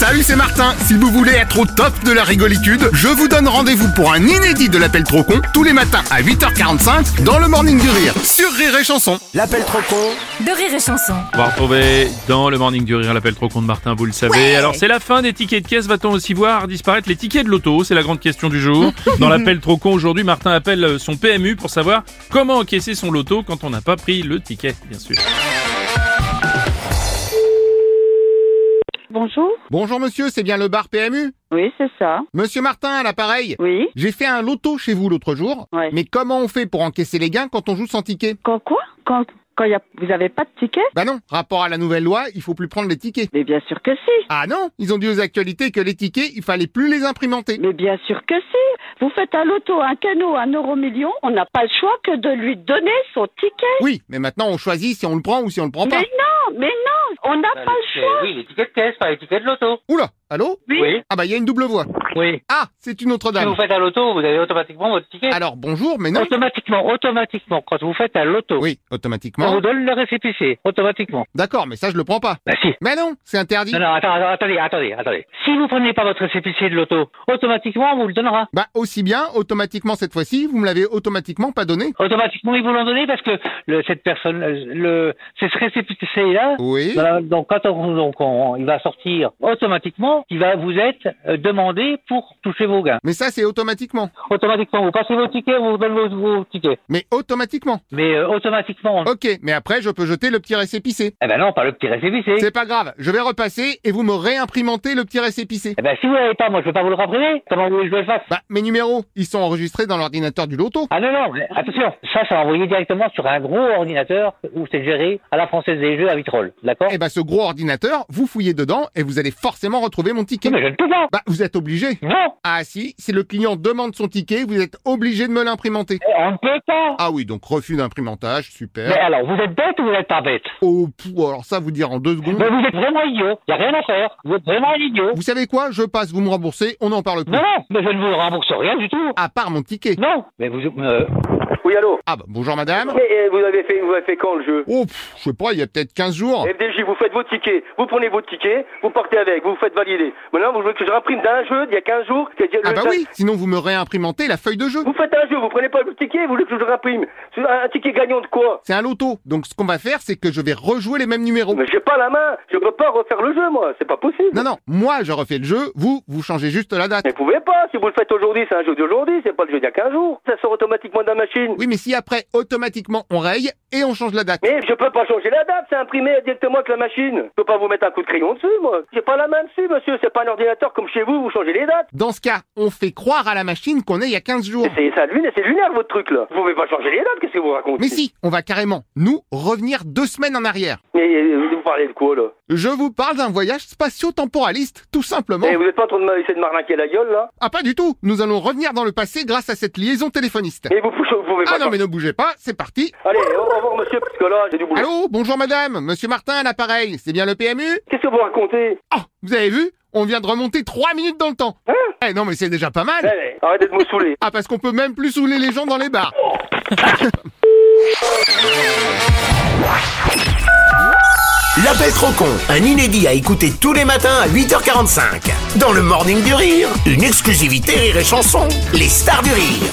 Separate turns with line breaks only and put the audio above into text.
Salut, c'est Martin. Si vous voulez être au top de la rigolitude, je vous donne rendez-vous pour un inédit de l'appel trop con tous les matins à 8h45 dans le Morning du Rire sur Rire et Chanson.
L'appel trop con
de rire et chanson.
On va retrouver dans le morning du rire l'appel trop con de Martin, vous le savez. Alors c'est la fin des tickets de caisse, va-t-on aussi voir disparaître les tickets de l'auto C'est la grande question du jour. Dans l'appel trop con aujourd'hui, Martin appelle euh, son PMU pour savoir comment encaisser son loto quand on n'a pas pris le ticket, bien sûr.
Bonjour.
Bonjour monsieur, c'est bien le bar PMU
Oui, c'est ça.
Monsieur Martin à l'appareil.
Oui.
J'ai fait un loto chez vous l'autre jour,
Ouais.
mais comment on fait pour encaisser les gains quand on joue sans ticket
Quand quoi Quand, quand y a, vous n'avez pas de ticket
Bah non, rapport à la nouvelle loi, il faut plus prendre les tickets.
Mais bien sûr que si.
Ah non, ils ont dit aux actualités que les tickets, il fallait plus les imprimenter.
Mais bien sûr que si. Vous faites un loto, un canot, un euro million, on n'a pas le choix que de lui donner son ticket.
Oui, mais maintenant on choisit si on le prend ou si on le prend pas.
Mais non, mais non, on n'a
Bah,
pas
les
le
tickets-
choix.
Oui, les tickets de caisse, pas les tickets de l'auto.
Oula, allô
Oui.
Ah bah il y a une double voix.
Oui.
Ah, c'est une autre
Si
dame.
vous faites un loto, vous avez automatiquement votre ticket.
Alors bonjour, mais Ah, non.
Automatiquement, automatiquement, quand vous faites un loto,
Oui,
on vous
automatiquement.
donne le récépissé, automatiquement.
D'accord, mais ça je le prends pas.
Bah si.
Mais non, c'est interdit.
Non, non, attends, attends, attendez, attendez, attendez. Si vous prenez pas votre récépissé de l'auto, automatiquement, on vous le donnera.
Bah aussi bien, automatiquement cette fois-ci, vous me l'avez automatiquement pas donné.
Automatiquement, ils vous l'ont donné parce que le, cette personne, euh, le, c'est ce récépissé-là,
Oui.
voilà, donc quand on, donc on- il va sortir automatiquement, il va vous être euh, demandé pour toucher vos gains.
Mais ça c'est automatiquement.
Automatiquement, vous passez vos tickets, on vous donne vos, vos tickets.
Mais automatiquement.
Mais euh, automatiquement, on-
Ok, mais après je peux jeter le petit récépissé.
Eh ben non, pas le petit récépissé.
C'est pas grave, je vais repasser et vous me réimprimentez le petit récépissé.
Eh ben si vous l'avez pas, moi je peux pas vous le rappeler. Comment vous voulez que je le fasse
Bah mes numéros, ils sont enregistrés dans l'ordinateur du loto.
Ah non, non, mais attention. Ça, c'est envoyé directement sur un gros ordinateur où c'est géré à la française des jeux à Vitrolles. D'accord
Et bah ce gros ordinateur, vous fouillez dedans et vous allez forcément retrouver mon ticket.
Oui, Mais je ne peux pas.
Bah vous êtes obligé.
Non,
Ah si, si le client demande son ticket, vous êtes obligé de me l'imprimenter.
eh, on ne peut pas.
Ah oui, donc refus d'imprimantage,
Mais
super.
alors, vous êtes bête ou vous n'êtes pas bête
Oh, pff, alors ça, vous dire en deux secondes.
Mais vous êtes vraiment idiot. Il a rien à faire. Vous êtes vraiment un idiot.
Vous savez quoi Je passe, vous me remboursez, on n'en parle plus.
Non, non, mais je ne vous rembourse rien du tout.
À part mon ticket.
Non, mais vous... euh,
Oui, allô
Ah bah, bonjour madame.
Mais eh, vous avez fait vous avez fait quand le jeu
Oh, pff, je sais pas, il y a peut-être 15 jours.
FDJ, vous faites vos tickets, vous prenez vos tickets, vous partez avec, vous vous faites valider. Maintenant, vous voulez que je réimprime d'un jeu d'il y a 15 jours que le-
Ah bah oui, sinon vous me réimprimentez la feuille de jeu.
Vous faites un jeu, vous prenez pas le ticket, vous voulez que je réimprime C'est un un ticket gagnant de quoi
C'est un loto, donc ce qu'on va faire, c'est que je vais rejouer les mêmes numéros.
Mais j'ai pas la main, je peux pas refaire le jeu, moi, c'est pas possible.
Non, non, moi je refais le jeu, vous, vous changez juste la date.
Mais vous pouvez pas, si vous le faites aujourd'hui, c'est un jeu d'aujourd'hui, c'est pas le jeu d'il y a 15 jours. Ça sort automatiquement de la machine.
Oui, mais si après, automatiquement, on raye et on change la date.
Mais je peux pas changer la date, c'est imprimé directement avec la machine. Je peux pas vous mettre un coup de crayon dessus, moi. J'ai pas la main dessus, monsieur, c'est pas un ordinateur comme chez vous, vous changez les dates.
Dans ce cas, on fait croire à la machine qu'on est il y a 15 jours.
Mais C'est ça, lunaire, c'est lunaire votre truc là. Vous pouvez pas changer les dates, qu'est-ce que vous racontez
Mais si, on va carrément, nous, revenir deux semaines en arrière.
Mais euh, vous parlez de quoi là
Je vous parle d'un voyage spatio-temporaliste, tout simplement.
Eh, Vous êtes pas en train de m'essayer de m'arnaquer la gueule là
Ah pas du tout, nous allons revenir dans le passé grâce à cette liaison téléphoniste.
Mais vous, vous pouvez pas.
Ah non mais ne bougez pas, c'est parti.
Allez, au revoir monsieur, parce que là j'ai du boulot.
Allô, bonjour madame, monsieur Martin à l'appareil, c'est bien le PMU
Qu'est-ce que vous racontez
Oh, vous avez vu On vient de remonter trois minutes dans le temps.
Hein
Eh non mais c'est déjà pas mal.
Allez, eh, arrêtez de me saouler.
Ah parce qu'on peut même plus saouler les gens dans les bars.
L'appel trop con, un inédit à écouter tous les matins à 8h45. Dans le morning du rire, une exclusivité Rire et Chanson, les stars du rire.